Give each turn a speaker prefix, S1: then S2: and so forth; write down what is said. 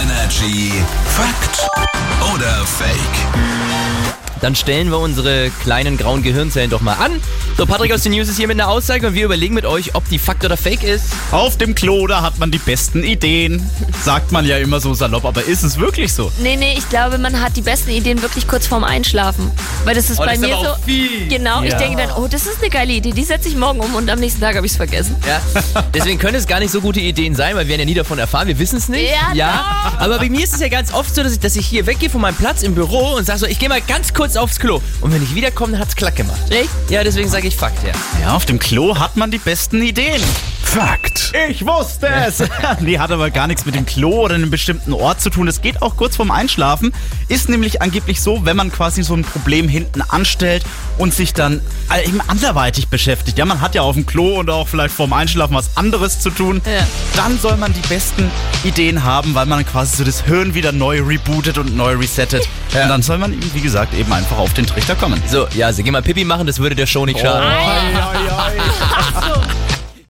S1: Energy Fakt oder Fake?
S2: Dann stellen wir unsere kleinen grauen Gehirnzellen doch mal an. So, Patrick aus den News ist hier mit einer Aussage und wir überlegen mit euch, ob die Fakt oder Fake ist.
S3: Auf dem Klo, da hat man die besten Ideen. Sagt man ja immer so salopp, aber ist es wirklich so?
S4: Nee, nee, ich glaube, man hat die besten Ideen wirklich kurz vorm Einschlafen. Weil das ist
S2: Oh, das
S4: bei
S2: ist
S4: mir
S2: aber auch
S4: so.
S2: fies.
S4: Genau, ich
S3: Ja.
S4: denke dann, oh, das ist eine geile Idee, die setze ich morgen um und am nächsten Tag habe ich es vergessen.
S2: Ja. Deswegen können es gar nicht so gute Ideen sein, weil wir werden ja nie davon erfahren. Wir wissen es nicht.
S4: Ja,
S2: Aber bei mir ist es ja ganz oft so, dass ich, dass ich hier weggehe von meinem Platz im Büro und sage so, ich gehe mal ganz kurz aufs Klo. Und wenn ich wiederkomme, dann hat's klack gemacht.
S4: Echt?
S2: Ja, deswegen sage ich Fakt, ja.
S3: Ja, auf dem Klo hat man die besten Ideen.
S1: Fakt.
S3: Ich wusste es. nee, hat aber gar nichts mit dem Klo oder einem bestimmten Ort zu tun. Das geht auch kurz vorm Einschlafen. Ist nämlich angeblich so, wenn man quasi so ein Problem hinten anstellt und sich dann all- eben anderweitig beschäftigt. Ja, man hat ja auf dem Klo und auch vielleicht vorm Einschlafen was anderes zu tun.
S4: Ja.
S3: Dann soll man die besten Ideen haben, weil man quasi so das Hirn wieder neu rebootet und neu resettet. Und dann soll man, eben, wie gesagt, eben einfach auf den Trichter kommen.
S2: So, ja, also geh mal Pipi machen, das würde der Show nicht schaden.
S3: ja,